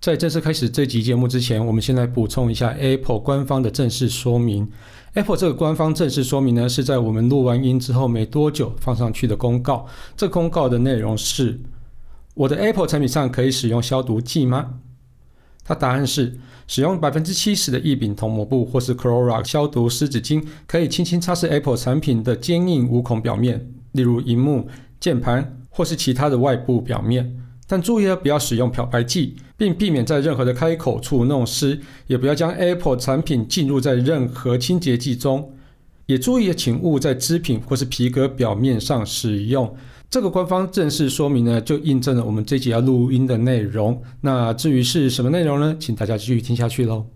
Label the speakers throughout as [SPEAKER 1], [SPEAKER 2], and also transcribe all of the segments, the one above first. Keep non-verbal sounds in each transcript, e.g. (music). [SPEAKER 1] 在正式开始这集节目之前，我们先来补充一下 Apple 官方的正式说明。Apple 这个官方正式说明呢，是在我们录完音之后没多久放上去的公告。这公告的内容是：我的 Apple 产品上可以使用消毒剂吗？它答案是：使用百分之七十的异丙酮抹布或是 Clorox 消毒湿纸巾，可以轻轻擦拭 Apple 产品的坚硬无孔表面，例如荧幕、键盘或是其他的外部表面。但注意啊，不要使用漂白剂，并避免在任何的开口处弄湿，也不要将 Apple 产品浸入在任何清洁剂中。也注意，请勿在织品或是皮革表面上使用。这个官方正式说明呢，就印证了我们这集要录音的内容。那至于是什么内容呢？请大家继续听下去喽。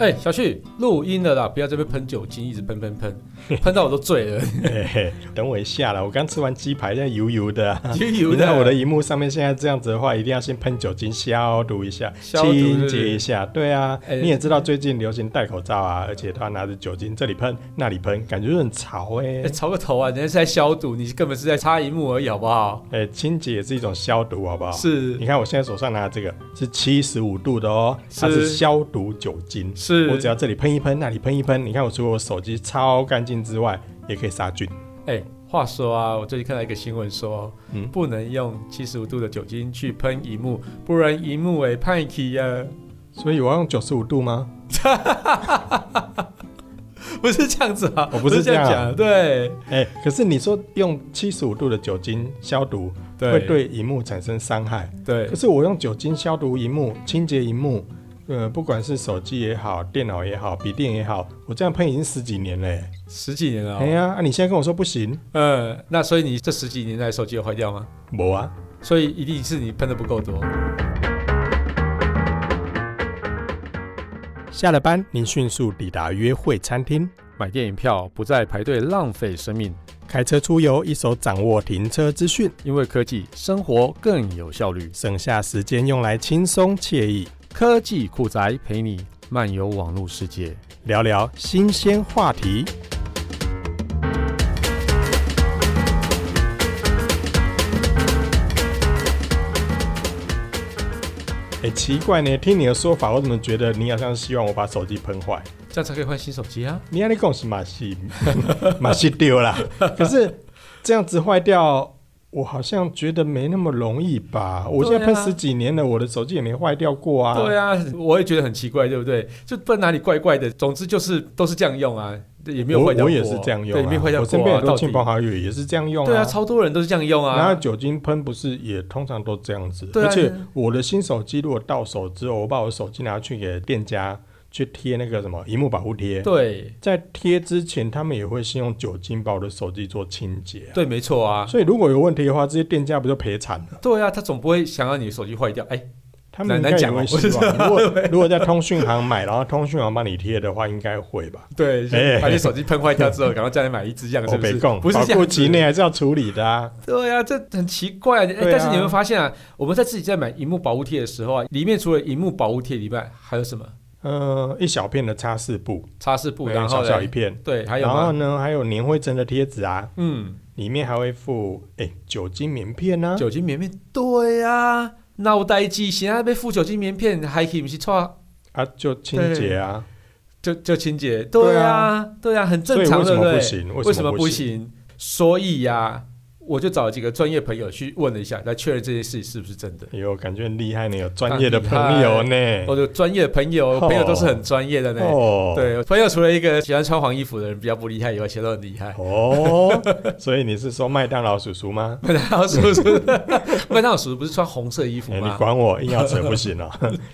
[SPEAKER 1] 哎、小旭，录音了啦，不要这边喷酒精，一直喷喷
[SPEAKER 2] (laughs)
[SPEAKER 1] 喷，喷到我都醉了，
[SPEAKER 2] 嘿嘿， (laughs) 等我一下啦，我刚吃完鸡排，现在油油的、啊。
[SPEAKER 1] 油油
[SPEAKER 2] 你在我的荧幕上面现在这样子的话，一定要先喷酒精消毒一下，
[SPEAKER 1] 消毒
[SPEAKER 2] 清
[SPEAKER 1] 是不
[SPEAKER 2] 洁
[SPEAKER 1] 是
[SPEAKER 2] 一下。对啊，
[SPEAKER 1] 哎
[SPEAKER 2] 你也知道最近流行戴口罩啊，而且他拿着酒精这里喷那里喷，感觉就很潮哎、
[SPEAKER 1] 哎、潮个头啊！人家是在消毒，你根本是在擦荧幕而已，好不好？
[SPEAKER 2] 哎、清洁也是一种消毒，好不好？。
[SPEAKER 1] 是
[SPEAKER 2] 你看我现在手上拿的这个是七十五度的哦，它
[SPEAKER 1] 是
[SPEAKER 2] 是消毒酒精。
[SPEAKER 1] 是，
[SPEAKER 2] 我只要这里喷一喷，那里喷一喷，你看我除了我手机超干净之外，也可以杀菌。
[SPEAKER 1] 哎、话说啊，我最近看到一个新闻说，
[SPEAKER 2] 嗯
[SPEAKER 1] 不能用七十五度的酒精去喷荧幕，不然荧幕哎派气呀，
[SPEAKER 2] 所以我要用九十五度吗？
[SPEAKER 1] (laughs) 不是这样子啊，
[SPEAKER 2] 哦不是
[SPEAKER 1] 这样
[SPEAKER 2] 这样
[SPEAKER 1] 讲，对
[SPEAKER 2] 哎、可是你说用七十五度的酒精消毒，会
[SPEAKER 1] 对
[SPEAKER 2] 对荧幕产生伤害。
[SPEAKER 1] 对
[SPEAKER 2] 可是我用酒精消毒荧幕、清洁荧幕，呃，不管是手机也好、电脑也好、笔电也好，我这样喷已经十几年了耶。
[SPEAKER 1] 十几年了、
[SPEAKER 3] 哦
[SPEAKER 2] 哎呀、啊，你现在跟我说不行，
[SPEAKER 1] 嗯，那所以你这十几年来手机有坏掉吗？
[SPEAKER 2] 没啊。
[SPEAKER 1] 所以一定是你喷的不够多。
[SPEAKER 2] 下了班，您迅速抵达约会餐厅，
[SPEAKER 1] 买电影票不再排队浪费生命，
[SPEAKER 2] 开车出游，一手掌握停车资讯，
[SPEAKER 1] 因为科技生活更有效率。
[SPEAKER 2] 省下时间用来轻松惬意
[SPEAKER 1] 科技酷宅陪你漫游网络世界。
[SPEAKER 2] 聊聊新鲜话题。哎、奇怪呢，听你的说法，我怎么觉得你好像希望我把手机喷坏？
[SPEAKER 1] 这样才可以换新手机啊！
[SPEAKER 2] 你那里讲是马戏， (laughs) 马戏丢
[SPEAKER 1] (laughs)
[SPEAKER 2] 啦。可是这样子坏掉，我好像觉得没那么容易吧？我现在
[SPEAKER 1] 对
[SPEAKER 2] 喷
[SPEAKER 1] 啊
[SPEAKER 2] 十几年了，我的手机也没坏掉过啊。
[SPEAKER 1] 对啊，我也觉得很奇怪，对不对？就不知道哪里怪怪的，总之就是都是这样用啊，对也没有
[SPEAKER 2] 我
[SPEAKER 1] 坏掉过
[SPEAKER 2] 我也是这样用、
[SPEAKER 1] 对，
[SPEAKER 2] 啊，
[SPEAKER 1] 没有坏掉
[SPEAKER 2] 我
[SPEAKER 1] 过、
[SPEAKER 2] 身边
[SPEAKER 1] 啊，
[SPEAKER 2] 很
[SPEAKER 1] 到
[SPEAKER 2] 多
[SPEAKER 1] 底
[SPEAKER 2] 亲朋好友也是这样用
[SPEAKER 1] 对啊，超多人都是这样用
[SPEAKER 2] 然后
[SPEAKER 1] 啊，
[SPEAKER 2] 酒精喷不是也通常都这样子，
[SPEAKER 1] 对啊
[SPEAKER 2] 而且我的新手机如果到手之后，我把我的手机拿去给店家去贴那个什么荧幕保护贴，
[SPEAKER 1] 对
[SPEAKER 2] 在贴之前他们也会先用酒精把我的手机做清洁啊、
[SPEAKER 1] 对，没错啊，
[SPEAKER 2] 所以如果有问题的话，这些店家不就赔惨了？
[SPEAKER 1] 对啊，他总不会想让你手机坏掉，哎，
[SPEAKER 2] 他们应
[SPEAKER 1] 难
[SPEAKER 2] 该也
[SPEAKER 1] 讲哦
[SPEAKER 2] 会希
[SPEAKER 1] (laughs)
[SPEAKER 2] 望，如果如果在通讯行买，然后通讯行帮你贴的话，应该会吧？哦
[SPEAKER 1] 对，
[SPEAKER 2] 哎
[SPEAKER 1] 把你手机喷坏掉之 (laughs) 后，赶快再来买一支这样，是
[SPEAKER 2] 我
[SPEAKER 1] 不是
[SPEAKER 2] 被？供，
[SPEAKER 1] 不是
[SPEAKER 2] 保
[SPEAKER 1] 这样
[SPEAKER 2] 护
[SPEAKER 1] 子
[SPEAKER 2] 期内还是要处理的啊。
[SPEAKER 1] 对啊，这很奇怪、哎，
[SPEAKER 2] 对啊
[SPEAKER 1] 但是你有没有发现啊？我们在自己在买荧幕保护贴的时候啊，里面除了荧幕保护贴以外，还有什么
[SPEAKER 2] 呃，一小片的擦拭布，
[SPEAKER 1] 擦拭布，
[SPEAKER 2] 哎
[SPEAKER 1] 然后
[SPEAKER 2] 小小一
[SPEAKER 1] 呢？
[SPEAKER 2] 片，
[SPEAKER 1] 对，还有
[SPEAKER 2] 然后
[SPEAKER 1] 吗？
[SPEAKER 2] 呢，还有粘灰尘的贴纸啊，
[SPEAKER 1] 嗯。
[SPEAKER 2] 里面还会附哎、酒精棉片呢、啊。
[SPEAKER 1] 酒精棉片，对啊，脑袋机现在被附酒精棉片，还可以不是错，
[SPEAKER 2] 就清洁啊，
[SPEAKER 1] 就就清洁，对啊，对啊，很正常，
[SPEAKER 2] 所
[SPEAKER 1] 对
[SPEAKER 2] 以为
[SPEAKER 1] 不对？
[SPEAKER 2] 什么不行？
[SPEAKER 1] 为
[SPEAKER 2] 什
[SPEAKER 1] 什么
[SPEAKER 2] 不
[SPEAKER 1] 不？行？所以呀、我就找几个专业朋友去问了一下，来确认这件事情是不是真的。
[SPEAKER 2] 哎呦，感觉很厉害呢，有专业的朋友
[SPEAKER 1] 我
[SPEAKER 2] 呢。
[SPEAKER 1] 的专业朋友，
[SPEAKER 2] 哦
[SPEAKER 1] 朋友都是很专业的呢。
[SPEAKER 2] 哎哦，，
[SPEAKER 1] 对，朋友除了一个喜欢穿黄衣服的人比较不厉害以外，其他都很厉害。
[SPEAKER 2] 哦，所以你是说麦当劳叔叔吗？
[SPEAKER 1] (laughs) 麦当劳叔叔，麦当劳叔叔不是穿红色衣服
[SPEAKER 2] (laughs) 哎、
[SPEAKER 1] 吗？
[SPEAKER 2] 你管我，硬要扯不行哦。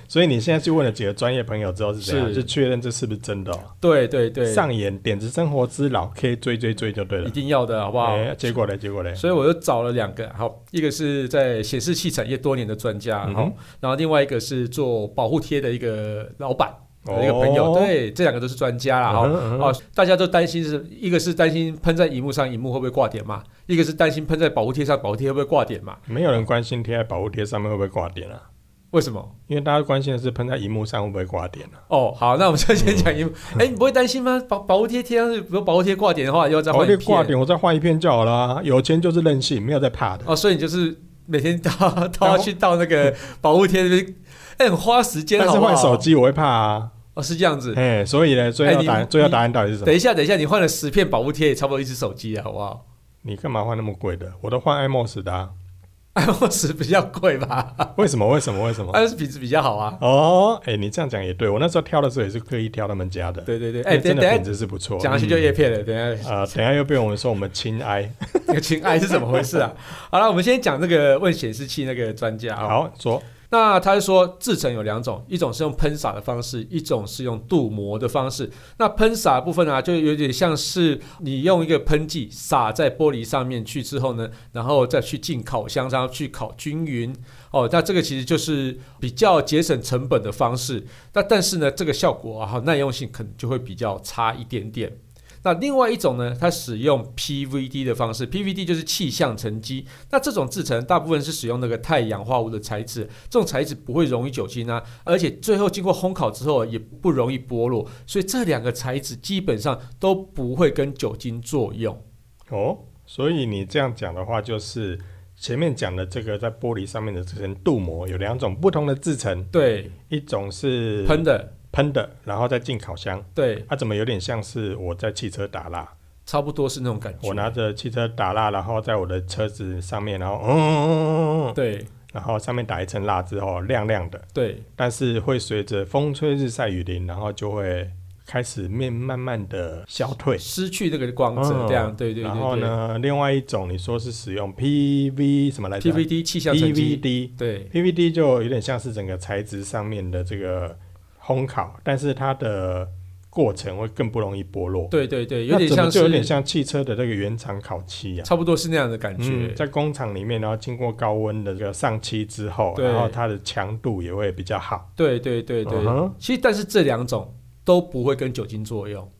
[SPEAKER 2] 所以你现在去问了几个专业朋友之后是怎样？
[SPEAKER 1] 是
[SPEAKER 2] 就确认这是不是真的、哦？
[SPEAKER 1] 对对对，
[SPEAKER 2] 上演点子生活之老 K 追追追就对
[SPEAKER 1] 一
[SPEAKER 2] 了。
[SPEAKER 1] 定要的，好不好？
[SPEAKER 2] 哎、结果嘞，结果嘞，
[SPEAKER 1] 所以我就找了两个，好，一个是在显示器产业多年的专家，
[SPEAKER 2] 嗯
[SPEAKER 1] 好、
[SPEAKER 2] 哼
[SPEAKER 1] 然后另外一个是做保护贴的一个老板，一个朋友，
[SPEAKER 2] 哦，
[SPEAKER 1] 对，这两个都是专家啦，
[SPEAKER 2] 嗯
[SPEAKER 1] 好、
[SPEAKER 2] 哼嗯哼
[SPEAKER 1] 哦，大家都担心是，一个是担心喷在荧幕上，荧幕会不会挂点嘛？一个是担心喷在保护贴上，保护贴会不会挂点嘛？
[SPEAKER 2] 没有人关心贴在保护贴上面会不会挂点啊？
[SPEAKER 1] 为什么？
[SPEAKER 2] 因为大家关心的是喷在荧幕上会不会挂点啊？
[SPEAKER 1] 哦，好，那我们就先讲荧幕。
[SPEAKER 2] 嗯
[SPEAKER 1] 哎、你不会担心吗？保保护贴贴上去，如果保护贴挂点的话，又要再
[SPEAKER 2] 哦我
[SPEAKER 1] 换一
[SPEAKER 2] 就
[SPEAKER 1] 片。
[SPEAKER 2] 挂点，我再换一片就好了啊、有钱就是任性，没有在怕的。
[SPEAKER 1] 哦，所以你就是
[SPEAKER 3] 每天都要都
[SPEAKER 2] (laughs)
[SPEAKER 3] 要去到那个保护贴那边，哎、很花时间，
[SPEAKER 2] 但
[SPEAKER 3] 好
[SPEAKER 2] 是
[SPEAKER 3] 不
[SPEAKER 2] 换手
[SPEAKER 3] 好？
[SPEAKER 2] 机我会怕啊，
[SPEAKER 3] 哦，是这样子。
[SPEAKER 2] 哎，所以呢，最
[SPEAKER 3] 哎
[SPEAKER 2] 要
[SPEAKER 3] 你
[SPEAKER 2] 答最要答案到底是什么
[SPEAKER 3] 等？一下，等一下，你换了十片保护贴，也差不多一只手机了，好不
[SPEAKER 1] (laughs)
[SPEAKER 3] 好？
[SPEAKER 2] 你干嘛换那么贵的？我都换 iMos 的啊，
[SPEAKER 3] iPhone 十比较贵吧
[SPEAKER 2] 为什么？为什么？为什么？
[SPEAKER 3] ？iPhone 十品质比较好啊。
[SPEAKER 2] 哦，哎，你这样讲也对，我那时候挑的时候也是刻意挑他们家的，
[SPEAKER 3] 对对对，
[SPEAKER 2] 因
[SPEAKER 3] 哎、
[SPEAKER 2] 为
[SPEAKER 3] 等
[SPEAKER 2] 真
[SPEAKER 3] 等
[SPEAKER 2] 的
[SPEAKER 3] 一
[SPEAKER 2] 品
[SPEAKER 3] 下
[SPEAKER 2] 质是不嗯错。
[SPEAKER 3] 讲下去就叶片了，等一下。
[SPEAKER 2] 啊、呃，等一下又被我们说我们亲哀。
[SPEAKER 3] (laughs) 这个情爱是怎么回事啊？好了，我们先讲这个问显示器那个专家啊、
[SPEAKER 2] 好，说
[SPEAKER 3] 那他是说制成有两种，一种是用喷洒的方式，一种是用镀膜的方式。那喷洒的部分啊，就有点像是你用一个喷剂洒在玻璃上面去之后呢，然后再去进烤箱，然后去烤均匀。哦，那这个其实就是比较节省成本的方式。那但是呢，这个效果啊，耐用性可能就会比较差一点点。那另外一种呢，它使用 PVD 的方式，PVD 就是气象沉积。那这种制成大部分是使用那个碳氧化物的材质，这种材质不会溶于酒精啊，而且最后经过烘烤之后也不容易剥落，所以这两个材质基本上都不会跟酒精作用。
[SPEAKER 2] 哦，所以你这样讲的话，就是前面讲的这个在玻璃上面的这层镀膜有两种不同的制成，
[SPEAKER 3] 对，
[SPEAKER 2] 一种是
[SPEAKER 3] 喷的，
[SPEAKER 2] 喷的，然后再进烤箱。啊
[SPEAKER 3] 对，
[SPEAKER 2] 它、怎么有点像是我在汽车打蜡？
[SPEAKER 3] 差不多是那种感觉。
[SPEAKER 2] 我拿着汽车打蜡，然后在我的车子上面，然后嗯嗯嗯嗯嗯，
[SPEAKER 3] 对
[SPEAKER 2] 然后上面打一层蜡之后亮亮的，
[SPEAKER 3] 对
[SPEAKER 2] 但是会随着风吹日晒雨淋，然后就会开始面慢慢的消退。
[SPEAKER 3] 失去那个光泽，
[SPEAKER 2] 嗯
[SPEAKER 3] 这样对对对
[SPEAKER 2] 然后
[SPEAKER 3] 对。
[SPEAKER 2] 呢，另外一种你说是使用 PV 什么来着
[SPEAKER 3] PVD 气象沉积，
[SPEAKER 2] ？PVD
[SPEAKER 3] 对
[SPEAKER 2] PVD 就有点像是整个材质上面的这个烘烤，但是它的过程会更不容易剥落。
[SPEAKER 3] 对对对，有
[SPEAKER 2] 那
[SPEAKER 3] 点
[SPEAKER 2] 怎么
[SPEAKER 3] 像
[SPEAKER 2] 就是有点像汽车的这个原厂烤漆啊。
[SPEAKER 3] 差不多是那样的感觉。
[SPEAKER 2] 嗯，在工厂里面，然后经过高温的这个上漆之后，
[SPEAKER 3] 对
[SPEAKER 2] 然后它的强度也会比较好。
[SPEAKER 3] 对对对对
[SPEAKER 2] 嗯哼
[SPEAKER 3] 其实但是这两种都不会跟酒精作用，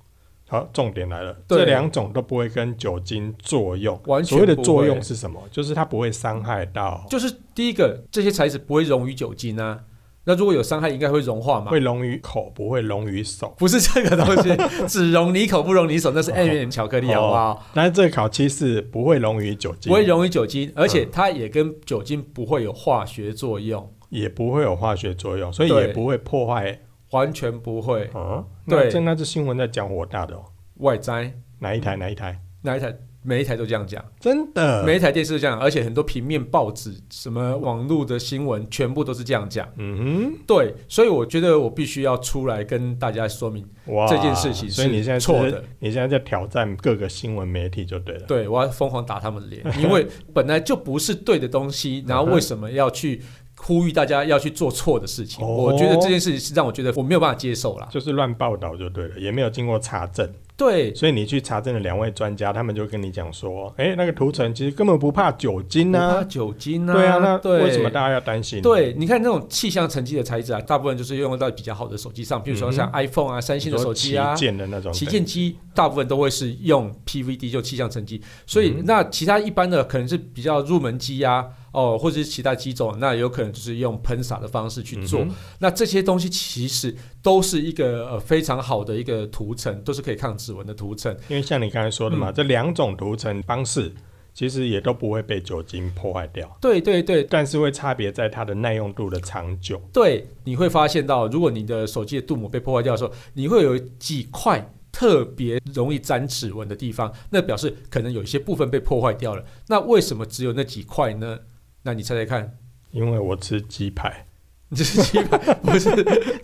[SPEAKER 2] 好，重点来了，
[SPEAKER 3] 对
[SPEAKER 2] 这两种都不会跟酒精作用。
[SPEAKER 3] 完全
[SPEAKER 2] 所谓的
[SPEAKER 3] 不会
[SPEAKER 2] 作用是什么？就是它不会伤害到，
[SPEAKER 3] 就是第一个，这些材质不会溶于酒精啊。那如果有伤害，应该会融化嘛？
[SPEAKER 2] 会溶于口，不会溶于手。
[SPEAKER 3] 不是这个东
[SPEAKER 2] (laughs)
[SPEAKER 3] 西，只溶你口不溶你手，那是
[SPEAKER 2] 哦
[SPEAKER 3] M&M 巧克力，好不好？
[SPEAKER 2] 但是这个烤漆是不会溶于酒精，嗯
[SPEAKER 3] 不会溶于酒精，而且它也跟酒精不会有化学作用，
[SPEAKER 2] 也不会有化学作用，所以
[SPEAKER 3] 对
[SPEAKER 2] 也不会破坏。
[SPEAKER 3] 完全不会
[SPEAKER 2] 嗯，
[SPEAKER 3] 对
[SPEAKER 2] 那这那这新闻在讲火大的哦，
[SPEAKER 3] 外灾。
[SPEAKER 2] 哪一
[SPEAKER 3] 嗯
[SPEAKER 2] 台哪一台？
[SPEAKER 3] 哪一台？每一台都这样讲，
[SPEAKER 2] 真的？
[SPEAKER 3] 每一台电视都这样，而且很多平面报纸、什么网络的新闻，全部都是这样讲。
[SPEAKER 2] 嗯
[SPEAKER 3] 对，所以我觉得我必须要出来跟大家说明
[SPEAKER 2] 哼，哇，
[SPEAKER 3] 这件事情
[SPEAKER 2] 所以你现在是
[SPEAKER 3] 是错的。
[SPEAKER 2] 你现在在挑战各个新闻媒体就对了。
[SPEAKER 3] 对，我要疯狂打他们的
[SPEAKER 2] (laughs)
[SPEAKER 3] 脸，因为本来就不是对的东西，然后为什么要去呼吁大家要去做错的事情？
[SPEAKER 2] 哦
[SPEAKER 3] 我觉得这件事情是让我觉得我没有办法接受啦。
[SPEAKER 2] 就是乱报道就对了，也没有经过查证，
[SPEAKER 3] 对，
[SPEAKER 2] 所以你去查证的两位专家，他们就跟你讲说，哎、那个涂层其实根本不怕酒精
[SPEAKER 3] 不怕
[SPEAKER 2] 啊，
[SPEAKER 3] 酒精啊，
[SPEAKER 2] 对啊，那
[SPEAKER 3] 对
[SPEAKER 2] 为什么大家要担心？，
[SPEAKER 3] 对，你看那种气象沉积的材质啊，大部分就是用到比较好的手机上，比如说
[SPEAKER 2] 嗯
[SPEAKER 3] 像 iPhone 啊、三星的手机啊
[SPEAKER 2] 旗、舰的那种，
[SPEAKER 3] 旗舰机，大部分都会是用 PVD 就气象沉积。所以
[SPEAKER 2] 嗯
[SPEAKER 3] 那其他一般的可能是比较入门机啊，哦，或者是其他机种，那有可能就是用喷洒的方式去做。
[SPEAKER 2] 嗯哼
[SPEAKER 3] 那这些东西其实都是一个呃非常好的一个涂层，都是可以抗指纹的涂层。
[SPEAKER 2] 因为像你刚才说的
[SPEAKER 3] 嗯
[SPEAKER 2] 嘛，这两种涂层方式其实也都不会被酒精破坏掉，
[SPEAKER 3] 对对对
[SPEAKER 2] 但是会差别在它的耐用度的长久。
[SPEAKER 3] 对，你会发现到，如果你的手机的镀膜被破坏掉的时候，你会有几块。特别容易沾指纹的地方，那表示可能有一些部分被破坏掉了。那为什么只有那几块呢？那你猜猜看，
[SPEAKER 2] 因为我吃鸡排， (laughs)
[SPEAKER 3] 你这是鸡排不是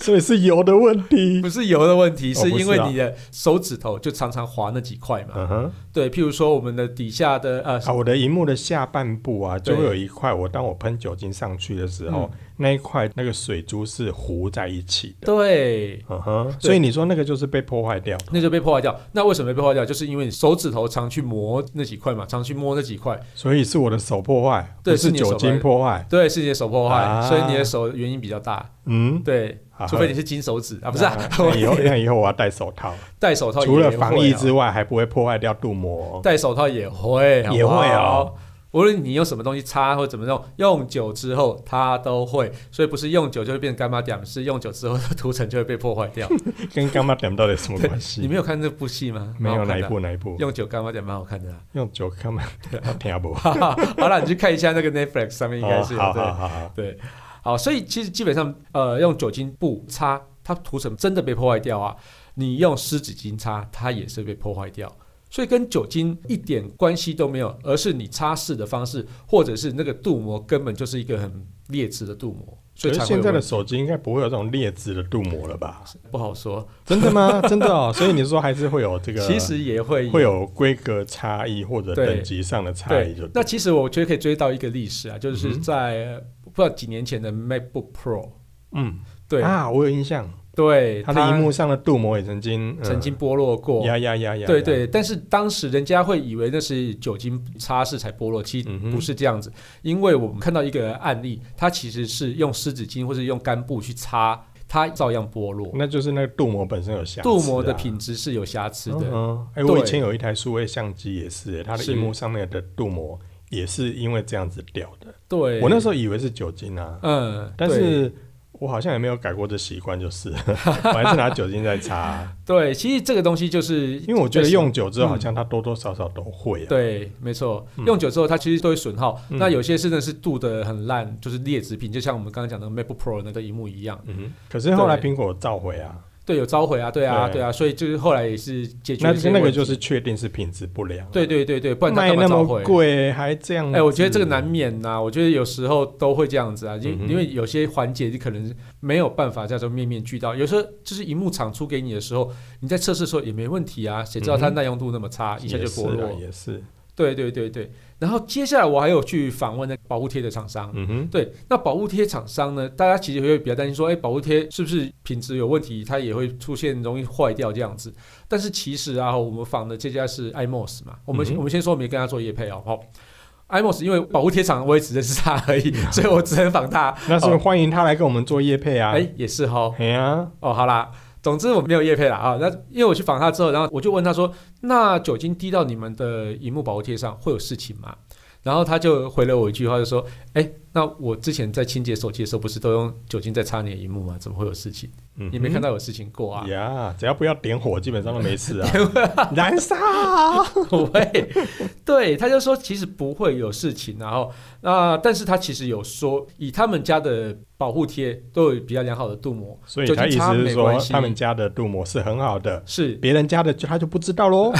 [SPEAKER 2] 所以是油的问题。
[SPEAKER 3] 不是油的问题，
[SPEAKER 2] 哦
[SPEAKER 3] 是
[SPEAKER 2] 不是
[SPEAKER 3] 因为
[SPEAKER 2] 啊
[SPEAKER 3] 你的手指头就常常划那几块嘛。
[SPEAKER 2] 嗯哼，
[SPEAKER 3] 对，譬如说我们的底下的呃，
[SPEAKER 2] 啊，我的荧幕的下半部啊，
[SPEAKER 3] 对嗯
[SPEAKER 2] 就会有一块，我当我喷酒精上去的时候，那一块那个水珠是糊在一起的。
[SPEAKER 3] 对，
[SPEAKER 2] 嗯哼，
[SPEAKER 3] 对
[SPEAKER 2] 所以你说那个就是被破坏掉。
[SPEAKER 3] 那就被破坏掉。那为什么被破坏掉？就是因为你手指头常去磨那几块嘛，常去摸那几块，
[SPEAKER 2] 所以是我的手破坏，
[SPEAKER 3] 对
[SPEAKER 2] 不
[SPEAKER 3] 是
[SPEAKER 2] 是
[SPEAKER 3] 你的手
[SPEAKER 2] 酒精破坏。
[SPEAKER 3] 对，是你的手破坏，
[SPEAKER 2] 啊
[SPEAKER 3] 所以你的手原因比较大。
[SPEAKER 2] 嗯，
[SPEAKER 3] 对，
[SPEAKER 2] 好
[SPEAKER 3] 除非你是金手指啊，不是啊，
[SPEAKER 2] 那以后那以后我要戴手套，
[SPEAKER 3] 戴手套也
[SPEAKER 2] 哎除了
[SPEAKER 3] 会
[SPEAKER 2] 防疫
[SPEAKER 3] 哦 (laughs)
[SPEAKER 2] 之外，还不会破坏掉镀膜哦。
[SPEAKER 3] 戴手套也会，好不好
[SPEAKER 2] 也会哦。
[SPEAKER 3] 无论你用什么东西擦或怎么弄，用久之后它都会，所以不是用久就会变干妈点，是用久之后的涂层就会被破坏
[SPEAKER 2] (laughs)
[SPEAKER 3] 掉。
[SPEAKER 2] 跟干妈点到底有什么关系？
[SPEAKER 3] 你 (laughs) 没有看这部戏吗？
[SPEAKER 2] 没有
[SPEAKER 3] 蛮好
[SPEAKER 2] 哪
[SPEAKER 3] 看
[SPEAKER 2] 一
[SPEAKER 3] 的啊
[SPEAKER 2] 部哪一部
[SPEAKER 3] 用久干妈点蛮好看的、啊。 (laughs)
[SPEAKER 2] 用酒干嘛？听不？
[SPEAKER 3] 哈哈，好了，你去看一下那个 Netflix 上面啊应该是有、
[SPEAKER 2] 哦好
[SPEAKER 3] 对
[SPEAKER 2] 好好好，
[SPEAKER 3] 对，好，所以其实基本上，呃，用酒精布擦，它涂层真的被破坏掉啊。你用湿纸巾擦，它也是被破坏掉。所以跟酒精一点关系都没有，而是你擦拭的方式，或者是那个镀膜根本就是一个很劣质的镀膜，
[SPEAKER 2] 所
[SPEAKER 3] 所以
[SPEAKER 2] 以
[SPEAKER 3] 才会
[SPEAKER 2] 现在
[SPEAKER 3] 有
[SPEAKER 2] 的
[SPEAKER 3] 问题
[SPEAKER 2] 手机应该不会有这种劣质的镀膜了
[SPEAKER 3] (laughs)
[SPEAKER 2] 吧？
[SPEAKER 3] 不好说，
[SPEAKER 2] 真的吗？真的哦，所以你说还是会有这个，
[SPEAKER 3] 其实也会
[SPEAKER 2] 会有规格差异或者
[SPEAKER 3] 对
[SPEAKER 2] 等级上的差
[SPEAKER 3] 对
[SPEAKER 2] 异，就，
[SPEAKER 3] 那其实我觉得可以追到一个历史啊，就是
[SPEAKER 2] 嗯
[SPEAKER 3] 在、不知道几年前的 MacBook Pro，
[SPEAKER 2] 嗯，
[SPEAKER 3] 对、
[SPEAKER 2] 啊，我有印象，
[SPEAKER 3] 对，
[SPEAKER 2] 它的荧幕上的镀膜也曾经呃
[SPEAKER 3] 曾经剥落过，
[SPEAKER 2] 呀呀呀呀，
[SPEAKER 3] 对
[SPEAKER 2] 呀，
[SPEAKER 3] 对，但是当时人家会以为那是酒精擦拭才剥落，其实
[SPEAKER 2] 嗯哼
[SPEAKER 3] 不是这样子，因为我们看到一个案例，它其实是用湿纸巾或者用干布去擦，它照样剥落，
[SPEAKER 2] 那就是那个镀膜本身有嗯瑕疵啊，
[SPEAKER 3] 镀膜的品质是有瑕疵的。
[SPEAKER 2] 嗯哼哎，
[SPEAKER 3] 对
[SPEAKER 2] 我以前有一台数位相机也是，欸它的
[SPEAKER 3] 是
[SPEAKER 2] 荧幕上面的镀膜也是因为这样子掉的，
[SPEAKER 3] 对，
[SPEAKER 2] 我那时
[SPEAKER 3] 候
[SPEAKER 2] 候以为是酒精啊，
[SPEAKER 3] 嗯，
[SPEAKER 2] 但
[SPEAKER 3] 对
[SPEAKER 2] 是我好像也没有改过这习惯，就是 (laughs) 我还是拿酒精在擦啊、
[SPEAKER 3] (laughs) 对，其实这个东西就是
[SPEAKER 2] 因为我觉得用久之后，好像它多多少少都会、啊。，
[SPEAKER 3] 对，没错，
[SPEAKER 2] 嗯
[SPEAKER 3] 用久之后它其实都会损耗。
[SPEAKER 2] 嗯
[SPEAKER 3] 那有些真的是镀的很烂，就是劣质品，就像我们刚刚讲的 MacBook Pro 那个荧幕一样。
[SPEAKER 2] 嗯哼。可是后来
[SPEAKER 3] 对
[SPEAKER 2] 苹果召回啊，
[SPEAKER 3] 对，有召回啊，对啊，
[SPEAKER 2] 对
[SPEAKER 3] 对啊，所以就是后来也是解决
[SPEAKER 2] 那
[SPEAKER 3] 了这些
[SPEAKER 2] 那个
[SPEAKER 3] 问题
[SPEAKER 2] 就是确定是品质不良、啊。
[SPEAKER 3] 对，对对对，不然他
[SPEAKER 2] 卖
[SPEAKER 3] 干嘛
[SPEAKER 2] 那
[SPEAKER 3] 召
[SPEAKER 2] 么
[SPEAKER 3] 回？
[SPEAKER 2] 贵还这样
[SPEAKER 3] 哎、
[SPEAKER 2] 子。
[SPEAKER 3] 我觉得这个难免呐、啊我觉得有时候都会这样子啊，因、
[SPEAKER 2] 嗯哼
[SPEAKER 3] 因为有些环节你可能没有办法叫做面面俱到，有时候就是荧幕厂出给你的时候，你在测试的时候也没问题啊，谁知道它
[SPEAKER 2] 嗯哼
[SPEAKER 3] 耐用度那么差，一下就
[SPEAKER 2] 也是
[SPEAKER 3] 剥
[SPEAKER 2] 啊，
[SPEAKER 3] 落。
[SPEAKER 2] 也是。
[SPEAKER 3] 对对对对，然后接下来我还有去访问那个保护贴的厂商，
[SPEAKER 2] 嗯哼。
[SPEAKER 3] 对，那保护贴厂商呢，大家其实会比较担心说，哎，保护贴是不是品质有问题，它也会出现容易坏掉这样子。但是其实啊，我们仿的这家是 iMos 嘛，我们、
[SPEAKER 2] 嗯哼
[SPEAKER 3] 我们先说没跟他做业配哦，好、iMos 因为保护贴厂我也只认识他
[SPEAKER 2] (laughs)
[SPEAKER 3] 而已，所以我只能仿他。
[SPEAKER 2] 那是不是欢迎他来跟我们做业配啊。
[SPEAKER 3] 哦哎，也是哈、哦，
[SPEAKER 2] 哎呀，
[SPEAKER 3] 哦，好啦，总之我没有叶配啦啊。那因为我去访他之后，然后我就问他说：“那酒精滴到你们的荧幕保护贴上会有事情吗？”然后他就回了我一句话，就说：“哎、那我之前在清洁手机的时候，不是都用酒精在擦你的荧幕吗？怎么会有事情？
[SPEAKER 2] 嗯
[SPEAKER 3] 你没看到有事情过啊 (laughs)
[SPEAKER 2] 哼？呀？只要不要点火，基本上都没事啊。燃
[SPEAKER 3] (laughs)
[SPEAKER 2] 烧。
[SPEAKER 3] 不会，对，他就说其实不会有事情。啊然后那、但是他其实有说，以他们家的保护贴都有比较良好的镀膜，
[SPEAKER 2] 所以
[SPEAKER 3] 酒
[SPEAKER 2] 他
[SPEAKER 3] 精
[SPEAKER 2] 意
[SPEAKER 3] 擦
[SPEAKER 2] 思是
[SPEAKER 3] 没
[SPEAKER 2] 说
[SPEAKER 3] 关，系
[SPEAKER 2] 他们家的镀膜是很好的，
[SPEAKER 3] 是
[SPEAKER 2] 别人家的就他就不知道
[SPEAKER 3] (laughs)
[SPEAKER 2] 喽。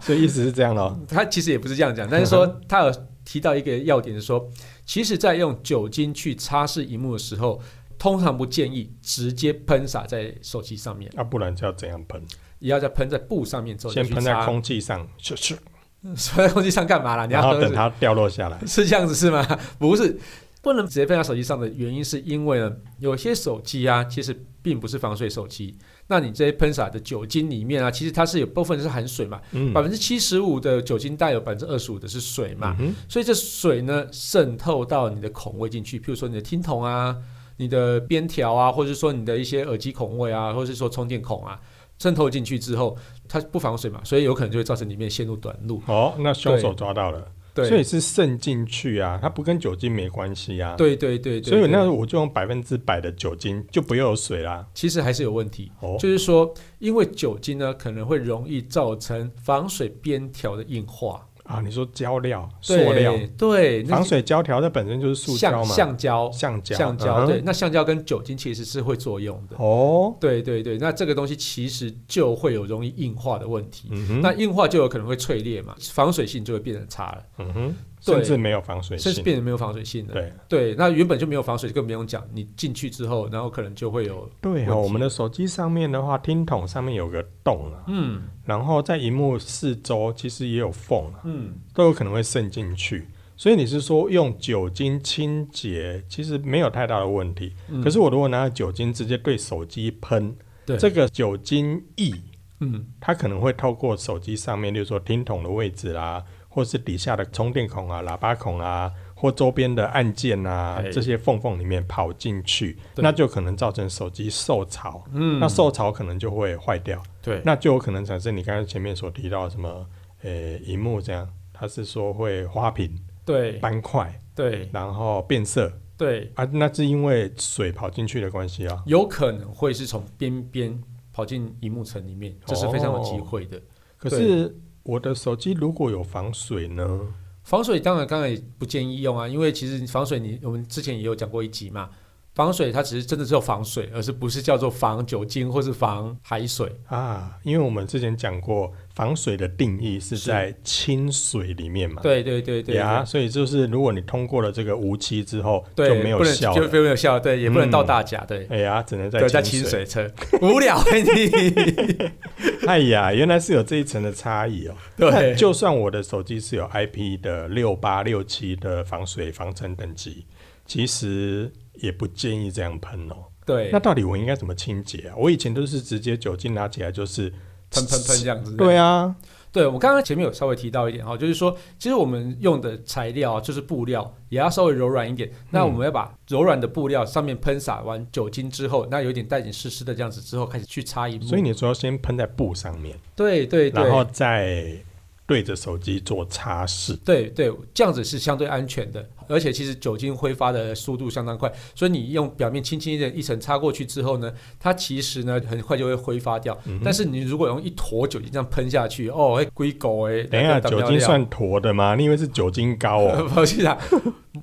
[SPEAKER 2] 所以意思是这样咯。
[SPEAKER 3] 他其实也不是这样讲，
[SPEAKER 2] (laughs)
[SPEAKER 3] 但是说他有提到一个要点是说，其实，在用酒精去擦拭荧幕的时候，通常不建议直接喷洒在手机上面，
[SPEAKER 2] 那、啊不然就要怎样喷？
[SPEAKER 3] 也要在喷在布上面之后再
[SPEAKER 2] 先
[SPEAKER 3] 去
[SPEAKER 2] 喷在
[SPEAKER 3] 擦。
[SPEAKER 2] 空气上，咻咻，
[SPEAKER 3] (laughs) 喷在空气上干嘛啦？ (laughs) 你
[SPEAKER 2] 然
[SPEAKER 3] 要
[SPEAKER 2] 后
[SPEAKER 3] 喝
[SPEAKER 2] 等它掉落下来。
[SPEAKER 3] (laughs) 是这样子是吗？不是，不能直接喷到手机上的原因是因为呢，有些手机啊，其实并不是防水手机，那你这些喷洒的酒精里面啊，其实它是有部分是含水嘛，
[SPEAKER 2] 嗯
[SPEAKER 3] 百分之七十五的酒精带有百分之二十五的是水嘛，
[SPEAKER 2] 嗯
[SPEAKER 3] 所以这水呢渗透到你的孔位进去，譬如说你的听筒啊、你的边条啊，或者是说你的一些耳机孔位啊，或者是说充电孔啊，渗透进去之后，它不防水嘛，所以有可能就会造成里面线路短路
[SPEAKER 2] 哼。哦，那凶手抓到了，
[SPEAKER 3] 对，
[SPEAKER 2] 所以是渗进去啊，它不跟酒精没关系啊。，
[SPEAKER 3] 对对对对，
[SPEAKER 2] 所以那
[SPEAKER 3] 对
[SPEAKER 2] 我就用百分之百的酒精，就不用有水啦。
[SPEAKER 3] 其实还是有问题，
[SPEAKER 2] 哦，
[SPEAKER 3] 就是说因为酒精呢可能会容易造成防水边条的硬化，
[SPEAKER 2] 啊，你说胶料、塑
[SPEAKER 3] 对
[SPEAKER 2] 料、
[SPEAKER 3] 对，那
[SPEAKER 2] 防水胶条，它本身就是塑胶
[SPEAKER 3] 橡
[SPEAKER 2] 嘛，
[SPEAKER 3] 橡胶
[SPEAKER 2] 橡胶，
[SPEAKER 3] 哦橡胶
[SPEAKER 2] 嗯
[SPEAKER 3] 对，。那橡胶跟酒精其实是会作用的。
[SPEAKER 2] 哦，
[SPEAKER 3] 对对对，那这个东西其实就会有容易硬化的问题，
[SPEAKER 2] 嗯哼，
[SPEAKER 3] 那硬化就有可能会脆裂嘛，防水性就会变得差了，
[SPEAKER 2] 嗯哼，
[SPEAKER 3] 对
[SPEAKER 2] 甚至没有防水
[SPEAKER 3] 甚至
[SPEAKER 2] 性。
[SPEAKER 3] 变得没有防水性了。
[SPEAKER 2] 对
[SPEAKER 3] 那原本就没有防水，更不用讲，你进去之后，然后可能就会有，
[SPEAKER 2] 对
[SPEAKER 3] 问
[SPEAKER 2] 哦，
[SPEAKER 3] 题
[SPEAKER 2] 我们的手机上面的话，听筒上面有个洞啊，
[SPEAKER 3] 嗯
[SPEAKER 2] 然后在荧幕四周其实也有缝啊。
[SPEAKER 3] 嗯，
[SPEAKER 2] 都有可能会渗进去。所以你是说用酒精清洁，其实没有太大的问题。
[SPEAKER 3] 嗯
[SPEAKER 2] 可是我如果拿酒精直接对手机喷，
[SPEAKER 3] 对
[SPEAKER 2] 这个酒精液，
[SPEAKER 3] 嗯
[SPEAKER 2] 它可能会透过手机上面，例如说听筒的位置啦，或是底下的充电孔啊、喇叭孔啊，或周边的按键啊
[SPEAKER 3] 哎
[SPEAKER 2] 这些缝缝里面跑进去，
[SPEAKER 3] 对
[SPEAKER 2] 那就可能造成手机受潮。
[SPEAKER 3] 嗯，
[SPEAKER 2] 那受潮可能就会坏掉，
[SPEAKER 3] 对
[SPEAKER 2] 那就有可能产生你刚才前面所提到的什么，呃，荧幕这样，它是说会花屏，
[SPEAKER 3] 对
[SPEAKER 2] 斑块，
[SPEAKER 3] 对
[SPEAKER 2] 然后变色
[SPEAKER 3] 对，
[SPEAKER 2] 啊，那是因为水跑进去的关系啊。
[SPEAKER 3] 有可能会是从边边跑进荧幕层里面，这是非常有机会
[SPEAKER 2] 哦
[SPEAKER 3] 的。
[SPEAKER 2] 可是我的手机如果有防水呢？
[SPEAKER 3] 防水当然刚才也不建议用啊，因为其实防水你我们之前也有讲过一集嘛，防水它只是真的只有防水，而是不是叫做防酒精或是防海水？
[SPEAKER 2] 啊，因为我们之前讲过，防水的定义是
[SPEAKER 3] 是
[SPEAKER 2] 在清水里面嘛。
[SPEAKER 3] 对对对对，
[SPEAKER 2] 呀，所以就是如果你通过了这个无期之后，
[SPEAKER 3] 对
[SPEAKER 2] 就没有
[SPEAKER 3] 不能
[SPEAKER 2] 效
[SPEAKER 3] 就
[SPEAKER 2] 了。
[SPEAKER 3] 没有效，对，也不能
[SPEAKER 2] 嗯
[SPEAKER 3] 倒大甲，对。
[SPEAKER 2] 哎呀，只能在
[SPEAKER 3] 对，在
[SPEAKER 2] 清
[SPEAKER 3] 清。水车无聊欸你。
[SPEAKER 2] (laughs) 哎呀，原来是有这一层的差异哦。
[SPEAKER 3] 对，
[SPEAKER 2] 就算我的手机是有 IP 的六八六七的防水防尘等级，其实也不建议这样喷哦。
[SPEAKER 3] 对
[SPEAKER 2] 那，到底我应该怎么清洁啊？我以前都是直接酒精拿起来就是
[SPEAKER 3] 喷喷喷这样子。
[SPEAKER 2] 对啊，
[SPEAKER 3] 对我刚刚前面有稍微提到一点哈，就是说，其实我们用的材料啊就是布料，也要稍微柔软一
[SPEAKER 2] 嗯
[SPEAKER 3] 点。那我们要把柔软的布料上面喷洒完酒精之后，那有点带点湿湿的这样子之后，开始去擦一幕。
[SPEAKER 2] 所以你说要先喷在布上面，
[SPEAKER 3] 对对
[SPEAKER 2] 然后
[SPEAKER 3] 对
[SPEAKER 2] 再对着手机做擦拭。
[SPEAKER 3] 对对，这样子是相对安全的，而且其实酒精挥发的速度相当快，所以你用表面轻轻的一层擦过去之后呢，它其实呢很快就会挥发掉。
[SPEAKER 2] 嗯哼
[SPEAKER 3] 但是你如果用一坨酒精这样喷下去，哦，哎，龟狗哎，
[SPEAKER 2] 等一下，
[SPEAKER 3] 那个
[SPEAKER 2] 酒
[SPEAKER 3] 当不了
[SPEAKER 2] 精算坨的吗？你以为是酒精膏哦？
[SPEAKER 3] 不是啊，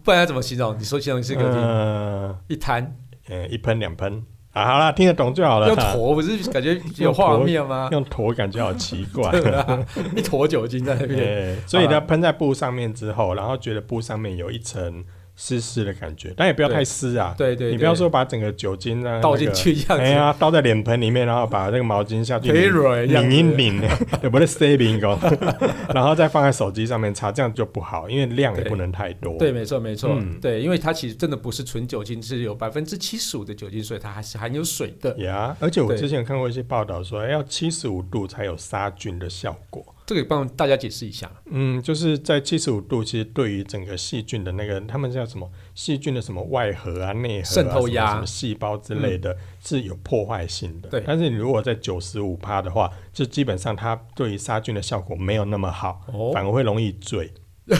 [SPEAKER 3] 不然要怎么形容？你说形 (laughs) 容是个地
[SPEAKER 2] 嗯
[SPEAKER 3] 一滩，
[SPEAKER 2] 嗯，一喷两喷啊，好啦，听得懂就好了
[SPEAKER 3] 用
[SPEAKER 2] 啦。
[SPEAKER 3] 坨不啊是感
[SPEAKER 2] (laughs)
[SPEAKER 3] 觉有画面吗？ (laughs)
[SPEAKER 2] 用坨感觉好奇怪。
[SPEAKER 3] 对啊，一坨酒精在那边。
[SPEAKER 2] 对，所以
[SPEAKER 3] 好
[SPEAKER 2] 呢，
[SPEAKER 3] 啦
[SPEAKER 2] 喷在布上面之后，然后觉得布上面有一层湿湿的感觉，但也不要太湿啊。
[SPEAKER 3] 对对，
[SPEAKER 2] 你
[SPEAKER 3] 对
[SPEAKER 2] 不要说把整个酒精让它
[SPEAKER 3] 倒进
[SPEAKER 2] 那个
[SPEAKER 3] 去这
[SPEAKER 2] 哎
[SPEAKER 3] 样
[SPEAKER 2] 呀，倒在脸盆里面，然后把那个毛巾下
[SPEAKER 3] 子，
[SPEAKER 2] 去
[SPEAKER 3] 可以
[SPEAKER 2] 拧
[SPEAKER 3] 软
[SPEAKER 2] 拧一
[SPEAKER 3] 一拧。
[SPEAKER 2] 拧， (laughs) 对不对？saving 哦 (laughs) 然后再放在手机上面擦，这样就不好，因为量也
[SPEAKER 3] 对
[SPEAKER 2] 不能太多。
[SPEAKER 3] 对，没错，没错，
[SPEAKER 2] 嗯
[SPEAKER 3] 对，因为它其实真的不是纯酒精，是有百分之七十五的酒精，所以它还是含有水的。
[SPEAKER 2] 呀而且我
[SPEAKER 3] 对
[SPEAKER 2] 之前有看过一些报道说，哎要七十五度才有杀菌的效果。
[SPEAKER 3] 这个帮大家解释一下，
[SPEAKER 2] 嗯，就是在七十五度，其实对于整个细菌的那个，他们叫什么细菌的什么外核啊、内核、啊、
[SPEAKER 3] 渗透压嗯
[SPEAKER 2] 什么什么细胞之类的，是有破坏性的。
[SPEAKER 3] 对
[SPEAKER 2] 但是你如果在九十五趴的话，就基本上它对于杀菌的效果没有那么好，
[SPEAKER 3] 哦
[SPEAKER 2] 反而会容易醉。哎、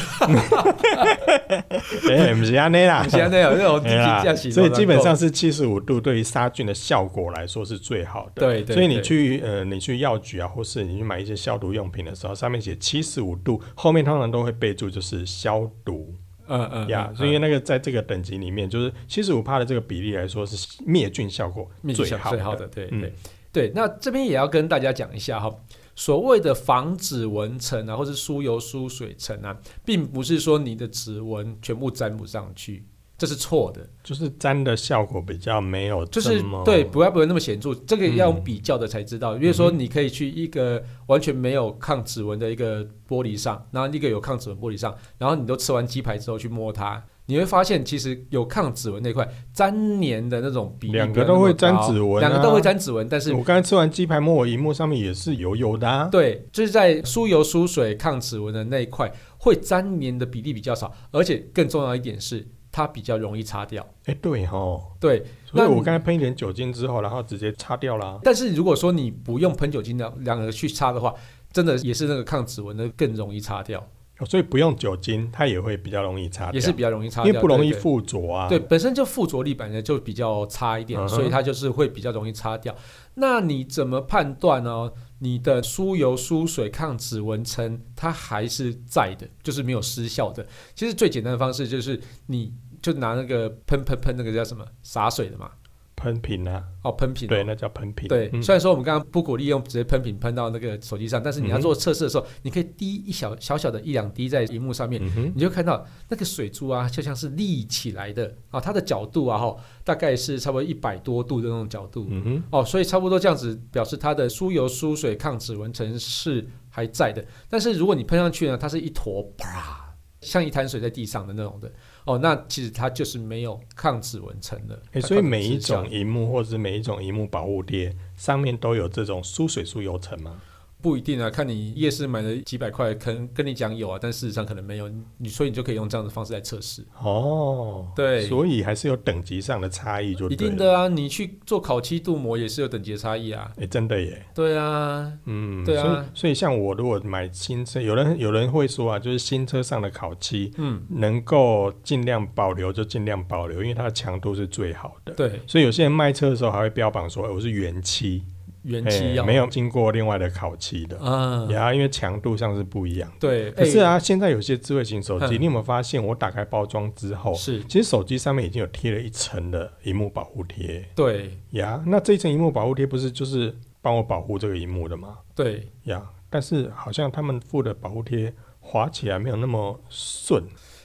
[SPEAKER 2] 不是安内啦
[SPEAKER 3] 你，现在有那种
[SPEAKER 2] 哎啦
[SPEAKER 3] 这样形容
[SPEAKER 2] 所以基本
[SPEAKER 3] 能够
[SPEAKER 2] 上是七十五度，对于杀菌的效果来说是最好的。
[SPEAKER 3] 对对
[SPEAKER 2] 所以你
[SPEAKER 3] 对
[SPEAKER 2] 去呃，你去药局啊，或是你去买一些消毒用品的时候，上面写七十五度，后面通常都会备注就是消毒
[SPEAKER 3] 嗯嗯
[SPEAKER 2] 呀。
[SPEAKER 3] 嗯
[SPEAKER 2] 所以因为那个在这个等级里面，就是七十五帕的这个比例来说是灭菌效果
[SPEAKER 3] 面积
[SPEAKER 2] 最
[SPEAKER 3] 小
[SPEAKER 2] 好
[SPEAKER 3] 最好的，对
[SPEAKER 2] 嗯
[SPEAKER 3] 对对。那这边也要跟大家讲一下哈，所谓的防指纹层啊，或是疏油疏水层啊，并不是说你的指纹全部粘不上去，这是错的。嗯
[SPEAKER 2] 就是粘的效果比较没有
[SPEAKER 3] 就
[SPEAKER 2] 这
[SPEAKER 3] 是
[SPEAKER 1] 哦
[SPEAKER 2] 么，
[SPEAKER 3] 对，不要不会那么显著，这个要
[SPEAKER 2] 嗯
[SPEAKER 3] 用比较的才知道。比如说，你可以去一个完全没有抗指纹的一个玻璃上，然后一个有抗指纹玻璃上，然后你都吃完鸡排之后去摸它，你会发现其实有抗指纹那块粘黏的那种比例
[SPEAKER 2] 两个
[SPEAKER 3] 不要那么
[SPEAKER 2] 都会粘
[SPEAKER 3] 高
[SPEAKER 2] 指纹啊
[SPEAKER 3] 两个都会粘指纹，但是
[SPEAKER 2] 我刚才吃完鸡排，摸我荧幕上面也是油油的、啊。
[SPEAKER 3] 对，就是在疏油、疏水、抗指纹的那一块，会粘黏的比例比较少，而且更重要一点是，它比较容易擦掉。
[SPEAKER 2] 哎、对哦。
[SPEAKER 3] 对，
[SPEAKER 2] 所以
[SPEAKER 3] 那
[SPEAKER 2] 我刚才喷一点酒精之后，然后直接擦掉啦。
[SPEAKER 3] 但是如果说你不用喷酒精的两个去擦的话，真的也是那个抗指纹的更容易擦掉，
[SPEAKER 2] 哦所以不用酒精，它也会比较容易擦掉，
[SPEAKER 3] 也是比较容易擦掉，
[SPEAKER 2] 因为不容易
[SPEAKER 3] 对对
[SPEAKER 2] 附着啊。
[SPEAKER 3] 对，本身就附着力本来就比较差一点，
[SPEAKER 2] 嗯哼
[SPEAKER 3] 所以它就是会比较容易擦掉。那你怎么判断呢？你的疏油、疏水、抗指纹层它还是在的，就是没有失效的。其实最简单的方式就是你就拿那个喷喷喷那个叫什么洒水的嘛，
[SPEAKER 2] 喷瓶啊，
[SPEAKER 3] 哦，喷瓶哦、
[SPEAKER 2] 对，那叫喷瓶。
[SPEAKER 3] 对，
[SPEAKER 2] 嗯
[SPEAKER 3] 虽然说我们刚刚不鼓励用直接喷瓶喷到那个手机上，但是你
[SPEAKER 2] 嗯
[SPEAKER 3] 要做测试的时候，你可以滴一小小小的一两滴在荧幕上面，
[SPEAKER 2] 嗯哼，
[SPEAKER 3] 你就看到那个水珠啊，就像是立起来的啊，它的角度啊，哈，大概是差不多一百多度的那种角度、
[SPEAKER 2] 嗯哼，
[SPEAKER 3] 哦，所以差不多这样子表示它的疏油、疏水、抗指纹层是还在的。但是如果你喷上去呢，它是一坨啪，像一滩水在地上的那种的哦，那其实它就是没有抗指纹层了。
[SPEAKER 2] 哎，
[SPEAKER 3] 它
[SPEAKER 2] 所以
[SPEAKER 3] 靠近
[SPEAKER 2] 每一
[SPEAKER 3] 直角
[SPEAKER 2] 种荧幕或者是每一种荧幕保护贴上面都有这种疏水疏油层吗？
[SPEAKER 3] 不一定啊，看你夜市买了几百块，可能跟你讲有啊，但事实上可能没有，你所以你就可以用这样的方式来测试。
[SPEAKER 2] 哦，
[SPEAKER 3] 对，
[SPEAKER 2] 所以还是有等级上的差异，就
[SPEAKER 3] 一
[SPEAKER 2] 对了。
[SPEAKER 3] 定的啊，你去做烤漆镀膜也是有等级的差异啊。
[SPEAKER 2] 哎、真的耶，
[SPEAKER 3] 对啊，
[SPEAKER 2] 嗯，
[SPEAKER 3] 对啊
[SPEAKER 2] 所以所以像我如果买新车，有人有人会说啊，就是新车上的烤漆
[SPEAKER 3] 嗯，
[SPEAKER 2] 能够尽量保留就尽量保留，因为它的强度是最好的。
[SPEAKER 3] 对，
[SPEAKER 2] 所以有些人卖车的时候还会标榜说，哎我是原漆，
[SPEAKER 3] 原
[SPEAKER 2] 哎
[SPEAKER 3] 漆要、
[SPEAKER 2] 没有经过另外的烤漆的，
[SPEAKER 3] 啊，
[SPEAKER 2] 呀、因为强度上是不一样。
[SPEAKER 3] 对，
[SPEAKER 2] 可是
[SPEAKER 3] 哎，
[SPEAKER 2] 啊，现在有些智慧型手机，
[SPEAKER 3] 嗯
[SPEAKER 2] 你有没有发现，我打开包装之后，
[SPEAKER 3] 是
[SPEAKER 2] 其实手机上面已经有贴了一层的荧幕保护贴
[SPEAKER 3] 对
[SPEAKER 2] 呀。那这一层荧幕保护贴不是就是帮我保护这个荧幕的吗？
[SPEAKER 3] 对，
[SPEAKER 2] 呀，但是好像他们附的保护贴滑起来没有那么顺。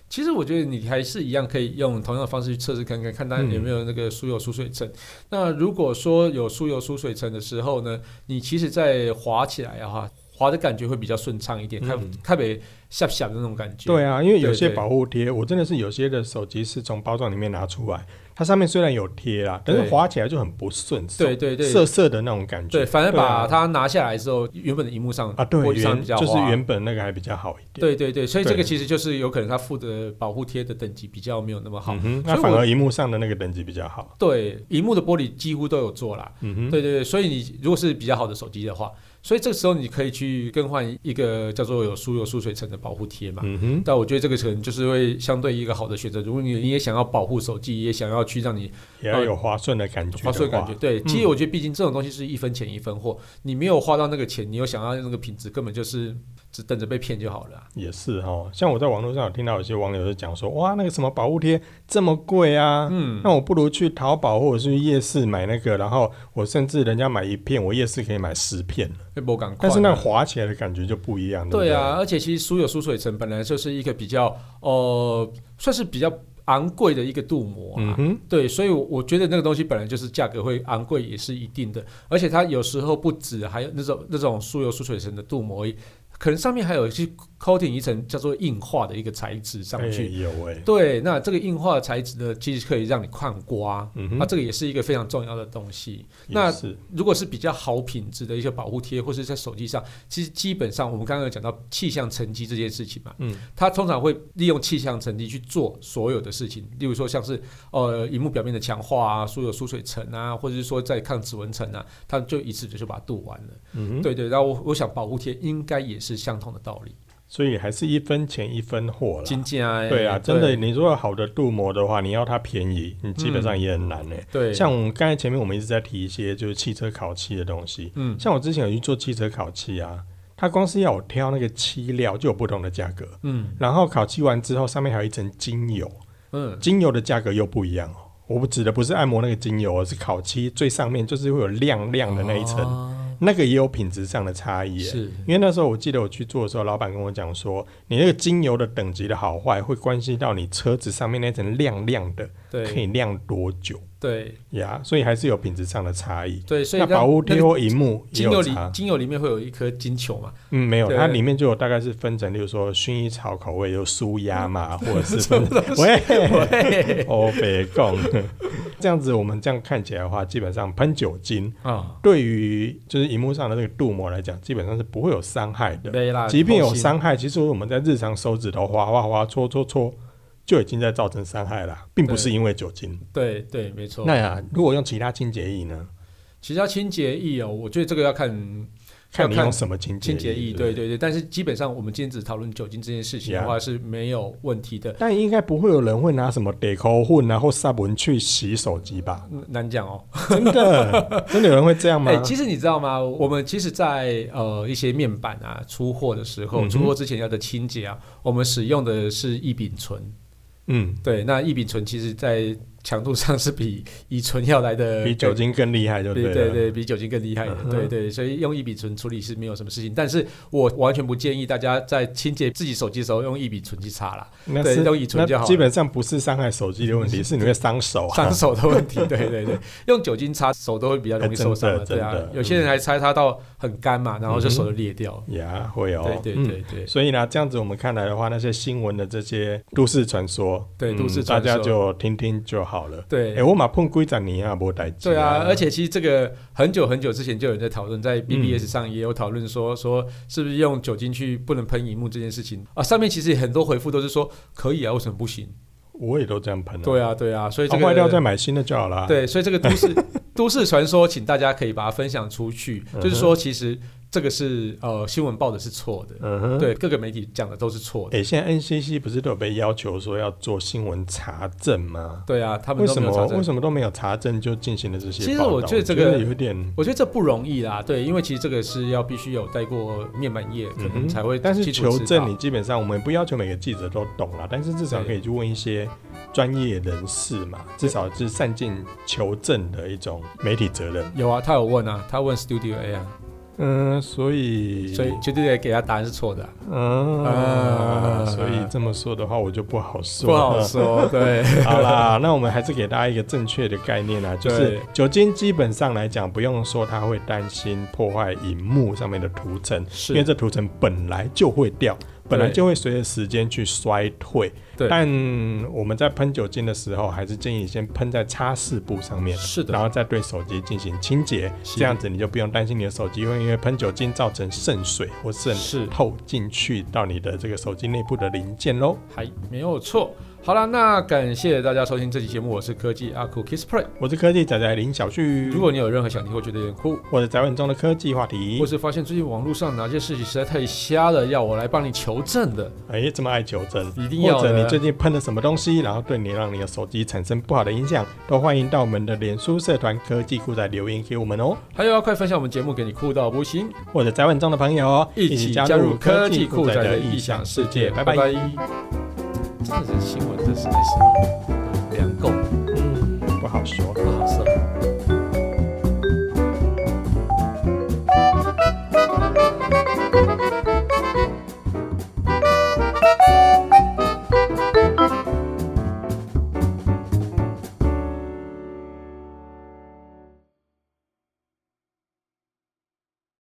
[SPEAKER 3] 其实我觉得你还是一样可以用同样的方式去测试看看，看它有没有那个疏油疏水层。那如果说有疏油疏水层的时候呢，你其实在滑起来的话，滑的感觉会比较顺畅一点，它
[SPEAKER 2] 嗯
[SPEAKER 3] 它别下下的那种感觉。
[SPEAKER 2] 对啊，因为有
[SPEAKER 3] 对
[SPEAKER 2] 些
[SPEAKER 3] 对
[SPEAKER 2] 保护贴，我真的是有些的手机是从包装里面拿出来，它上面虽然有贴啦，但是
[SPEAKER 3] 对
[SPEAKER 2] 滑起来就很不顺手，
[SPEAKER 3] 对对对
[SPEAKER 2] 涩涩的那种感觉。
[SPEAKER 3] 对，反而把
[SPEAKER 2] 对啊
[SPEAKER 3] 它拿下来之后，原本的荧幕上
[SPEAKER 2] 啊，对
[SPEAKER 3] 玻璃上
[SPEAKER 2] 原
[SPEAKER 3] 比较
[SPEAKER 2] 就是
[SPEAKER 3] 滑
[SPEAKER 2] 原本那个还比较好一点。
[SPEAKER 3] 对对对，所以这个
[SPEAKER 2] 对
[SPEAKER 3] 其实就是有可能它附的保护贴的等级比较没有那么好。
[SPEAKER 2] 嗯哼，
[SPEAKER 3] 所以
[SPEAKER 2] 那反
[SPEAKER 3] 我
[SPEAKER 2] 而荧幕上的那个等级比较好。
[SPEAKER 3] 对，荧幕的玻璃几乎都有做啦。
[SPEAKER 2] 嗯哼，
[SPEAKER 3] 对对对，所以你如果是比较好的手机的话，所以这个时候你可以去更换一个叫做有疏油疏水层的保护贴嘛。
[SPEAKER 2] 嗯哼，
[SPEAKER 3] 但我觉得这个可能就是会相对一个好的选择。如果你你也想要保护手机，也想要去让你
[SPEAKER 2] 也要有滑顺的感觉的话，
[SPEAKER 3] 花税感觉，对，其实我觉得毕竟这种东西是一分钱一分货，你没有花到那个钱，你又想要那个品质，根本就是只等着被骗就好了啊、
[SPEAKER 2] 也是哦。像我在网络上有听到有些网友就讲说，哇，那个什么保护贴这么贵啊，
[SPEAKER 3] 嗯，
[SPEAKER 2] 那我不如去淘宝或者是去夜市买那个，然后我甚至人家买一片，我夜市可以买十片，
[SPEAKER 3] 被我赶快。
[SPEAKER 2] 但是那个滑起来的感觉就不一样，不
[SPEAKER 3] 对
[SPEAKER 2] 对
[SPEAKER 3] 啊，，而且其实疏有疏水层本来就是一个比较呃，算是比较昂贵的一个镀膜啊。
[SPEAKER 2] 嗯哼，
[SPEAKER 3] 对，所以我，我觉得那个东西本来就是价格会昂贵，也是一定的。而且它有时候不止还有那种那种疏油疏水层的镀膜而已，可能上面还有一些 coating 一层叫做硬化的一个材质上去。
[SPEAKER 2] 哎有哎，
[SPEAKER 3] 对，那这个硬化的材质呢，其实可以让你抗刮，
[SPEAKER 2] 嗯哼
[SPEAKER 3] 啊，这个也是一个非常重要的东西。
[SPEAKER 2] 也
[SPEAKER 3] 那
[SPEAKER 2] 是
[SPEAKER 3] 如果是比较好品质的一些保护贴，或是在手机上，其实基本上我们刚刚有讲到气象沉积这件事情嘛，
[SPEAKER 2] 嗯，
[SPEAKER 3] 它通常会利用气象沉积去做所有的事情，例如说像是呃荧幕表面的强化啊、所有疏水层啊，或者是说在抗指纹层啊，它就一次就把它镀完了。
[SPEAKER 2] 嗯哼，
[SPEAKER 3] 对对，然后我我想保护贴应该也是相同的道理。
[SPEAKER 2] 所以还是一分钱一分货啦。
[SPEAKER 3] 金价、欸，
[SPEAKER 2] 对啊，真的，你如果好的镀膜的话，你要它便宜，你基本上也很难哎。
[SPEAKER 3] 对，
[SPEAKER 2] 像我们刚才前面我们一直在提一些就是汽车烤漆的东西，
[SPEAKER 3] 嗯
[SPEAKER 2] 像我之前有去做汽车烤漆啊，它光是要我挑那个漆料就有不同的价格，
[SPEAKER 3] 嗯
[SPEAKER 2] 然后烤漆完之后上面还有一层精油，
[SPEAKER 3] 嗯，
[SPEAKER 2] 精油的价格又不一样哦。我不指的不是按摩那个精油，而是烤漆最上面就是会有亮亮的那一层，
[SPEAKER 3] 啊
[SPEAKER 2] 那个也有品质上的差异耶。
[SPEAKER 3] 是
[SPEAKER 2] 因为那时候我记得我去做的时候，老板跟我讲说，你那个精油的等级的好坏，会关系到你车子上面那层亮亮的可
[SPEAKER 3] 对
[SPEAKER 2] 以亮多久。
[SPEAKER 3] 对
[SPEAKER 2] 呀所以还是有品质上的差异。
[SPEAKER 3] 对，所以
[SPEAKER 2] 那
[SPEAKER 3] 让
[SPEAKER 2] 保护
[SPEAKER 3] 那
[SPEAKER 2] 贴
[SPEAKER 3] 个
[SPEAKER 2] 或荧幕也
[SPEAKER 3] 精油
[SPEAKER 2] 有
[SPEAKER 3] 里
[SPEAKER 2] 差，
[SPEAKER 3] 精油里面会有一颗金球嘛？
[SPEAKER 2] 嗯，没有，
[SPEAKER 3] 对
[SPEAKER 2] 它里面就有大概是分成，例如说薰衣草口味有舒压
[SPEAKER 3] 嗯 (laughs)
[SPEAKER 2] 嘛，或者是分成喂，
[SPEAKER 3] 对
[SPEAKER 2] (laughs) 欧北贡，这样子我们这样看起来的话，基本上喷酒精
[SPEAKER 3] 啊，
[SPEAKER 2] 对于就是荧幕上的那个镀膜来讲，基本上是不会有伤害的。
[SPEAKER 3] 没啦，
[SPEAKER 2] 即便有
[SPEAKER 3] 放啊心，
[SPEAKER 2] 伤害，其实我们在日常手指头划划划、搓搓搓，就已经在造成伤害了，并不是
[SPEAKER 3] 对
[SPEAKER 2] 因为酒精。
[SPEAKER 3] 对对，没错。
[SPEAKER 2] 那呀，如果用其他清洁液呢？
[SPEAKER 3] 其实要清洁液哦，我觉得这个要看
[SPEAKER 2] 看你
[SPEAKER 3] 要看
[SPEAKER 2] 用什么清
[SPEAKER 3] 清
[SPEAKER 2] 洁
[SPEAKER 3] 洁
[SPEAKER 2] 液。
[SPEAKER 3] 液，对对对。但是基本上我们今天只讨论酒精这件事情的话是没有问题的，
[SPEAKER 2] 但应该不会有人会拿什么 deco 混然后沙文去洗手机
[SPEAKER 3] (laughs)
[SPEAKER 2] 吧？
[SPEAKER 3] 嗯难讲哦。
[SPEAKER 2] 真的，真的有人会这样吗？
[SPEAKER 3] 哎，其实你知道吗？我们其实在，呃一些面板啊出货的时候，
[SPEAKER 2] 嗯哼
[SPEAKER 3] 出货之前要的清洁啊，我们使用的是异丙醇。
[SPEAKER 2] 嗯，
[SPEAKER 3] 对，那异丙醇其实在强度上是比乙醇要来的
[SPEAKER 2] 比酒精更厉害，就
[SPEAKER 3] 对
[SPEAKER 2] 了。
[SPEAKER 3] 呃对对，比酒精更厉害的
[SPEAKER 2] 嗯，哼
[SPEAKER 3] 对对，所以用异丙醇处理是没有什么事情，但是我完全不建议大家在清洁自己手机的时候用异丙醇去擦啦，
[SPEAKER 2] 那
[SPEAKER 3] 对
[SPEAKER 2] 是
[SPEAKER 3] 用乙醇就好
[SPEAKER 2] 那基本上不是伤害手机的问题，是你会伤手啊。
[SPEAKER 3] 伤手的问题， (laughs) 对对对，用酒精擦手都会比较容易受伤
[SPEAKER 2] 哎
[SPEAKER 3] 嘛，
[SPEAKER 2] 真
[SPEAKER 3] 对
[SPEAKER 2] 的
[SPEAKER 3] 啊
[SPEAKER 2] 真，的
[SPEAKER 3] 有些人还擦擦到很干嘛，然后就手就裂掉，
[SPEAKER 2] 呀，会哦。
[SPEAKER 3] 对对
[SPEAKER 2] 嗯
[SPEAKER 3] 对对
[SPEAKER 2] 所以呢，这样子我们看来的话，那些新闻的这些都市传说，
[SPEAKER 3] 对都市
[SPEAKER 2] 嗯大
[SPEAKER 3] 传说
[SPEAKER 2] 家就听听就好了。
[SPEAKER 3] 对
[SPEAKER 2] 哎、，我马碰龟长你啊，没代
[SPEAKER 3] 对啊，而且其实这个很久很久之前就有人在讨论，在
[SPEAKER 2] 嗯
[SPEAKER 3] BBS 上也有讨论说、说是不是用酒精去不能喷荧幕这件事情啊。上面其实很多回复都是说可以啊，为什么不行？
[SPEAKER 2] 我也都这样喷、啊。
[SPEAKER 3] 对
[SPEAKER 2] 啊，
[SPEAKER 3] 啊，对啊，所以
[SPEAKER 2] 它
[SPEAKER 3] 这个
[SPEAKER 2] 坏掉再买新的就好了。，
[SPEAKER 3] 对，所以这个都市 (laughs) 都市传说，请大家可以把它分享出去，
[SPEAKER 2] 嗯
[SPEAKER 3] 就是说其实这个是呃新闻报的是错的，
[SPEAKER 2] 嗯哼，。
[SPEAKER 3] 对各个媒体讲的都是错的。
[SPEAKER 2] 哎、现在 NCC 不是都有被要求说要做新闻查证吗？
[SPEAKER 3] 对啊，他们
[SPEAKER 2] 为
[SPEAKER 3] 都
[SPEAKER 2] 什
[SPEAKER 3] 没有查
[SPEAKER 2] 么
[SPEAKER 3] 证
[SPEAKER 2] 为。什么都没有查证就进行了这些
[SPEAKER 3] 其实
[SPEAKER 2] 报道？
[SPEAKER 3] 我觉得这个
[SPEAKER 2] 有点，
[SPEAKER 3] 我觉得这不容易啦，对，因为其实这个是要必须有待过面板业，可
[SPEAKER 2] 嗯
[SPEAKER 3] 能
[SPEAKER 2] 哼
[SPEAKER 3] 才会
[SPEAKER 2] 但是
[SPEAKER 3] 清楚知
[SPEAKER 2] 求
[SPEAKER 3] 道
[SPEAKER 2] 证你基本上我们不要求每个记者都懂啦，但是至少可以去问一些专业人士嘛，至少是善尽求证的一种媒体责任。
[SPEAKER 3] 有啊，他有问啊，他问 Studio A 啊，
[SPEAKER 2] 嗯，所以
[SPEAKER 3] 所以 Studio A 给他答案是错的啊、
[SPEAKER 2] 嗯、
[SPEAKER 3] 啊
[SPEAKER 2] 所以这么说的话，我就不好说，
[SPEAKER 3] 不好。
[SPEAKER 2] (laughs)
[SPEAKER 3] 说。对，
[SPEAKER 2] 好啦，那我们还是给大家一个正确的概念啊，就是
[SPEAKER 3] 对
[SPEAKER 2] 酒精基本上来讲，不用说它会担心破坏荧幕上面的涂层，因为
[SPEAKER 3] 是
[SPEAKER 2] 这涂层本来就会掉，本来就会随着时间去衰退。
[SPEAKER 3] 对
[SPEAKER 2] 但我们在喷酒精的时候，还是建议先喷在擦拭布上面。
[SPEAKER 3] 是的
[SPEAKER 2] 然，后再对手机进行清洁，
[SPEAKER 3] 是
[SPEAKER 2] 这样子你就不用担心你的手机会因为喷酒精造成渗水或渗
[SPEAKER 3] 是
[SPEAKER 2] 透进去到你的这个手机内部的零件喽。
[SPEAKER 3] 还没有错。好了，那感谢大家收听这期节目，我是科技阿酷 Kiss Play。
[SPEAKER 2] 我是科技仔仔林小旭，
[SPEAKER 3] 如果你有任何想听或觉得有点酷，
[SPEAKER 2] 或者宅问中的科技话题
[SPEAKER 3] 或，是发现最近网络上哪些事情实在太瞎了，要我来帮你求证的，
[SPEAKER 2] 哎，这么爱求证，
[SPEAKER 3] 一定要
[SPEAKER 2] 或者
[SPEAKER 3] 的
[SPEAKER 2] 你最近喷了什么东西，然后对你让你的手机产生不好的影响，都欢迎到我们的脸书社团科技酷仔留言给我们哦，
[SPEAKER 3] 还有要快分享我们节目给你酷到不行，
[SPEAKER 2] 或者宅问中的朋友哦
[SPEAKER 3] 一起加入科技酷宅
[SPEAKER 2] 仔
[SPEAKER 3] 的异想世界。拜拜。
[SPEAKER 2] 拜拜
[SPEAKER 3] 真的是新闻，这实在是良够
[SPEAKER 2] 嗯，不好说。
[SPEAKER 3] 不好说。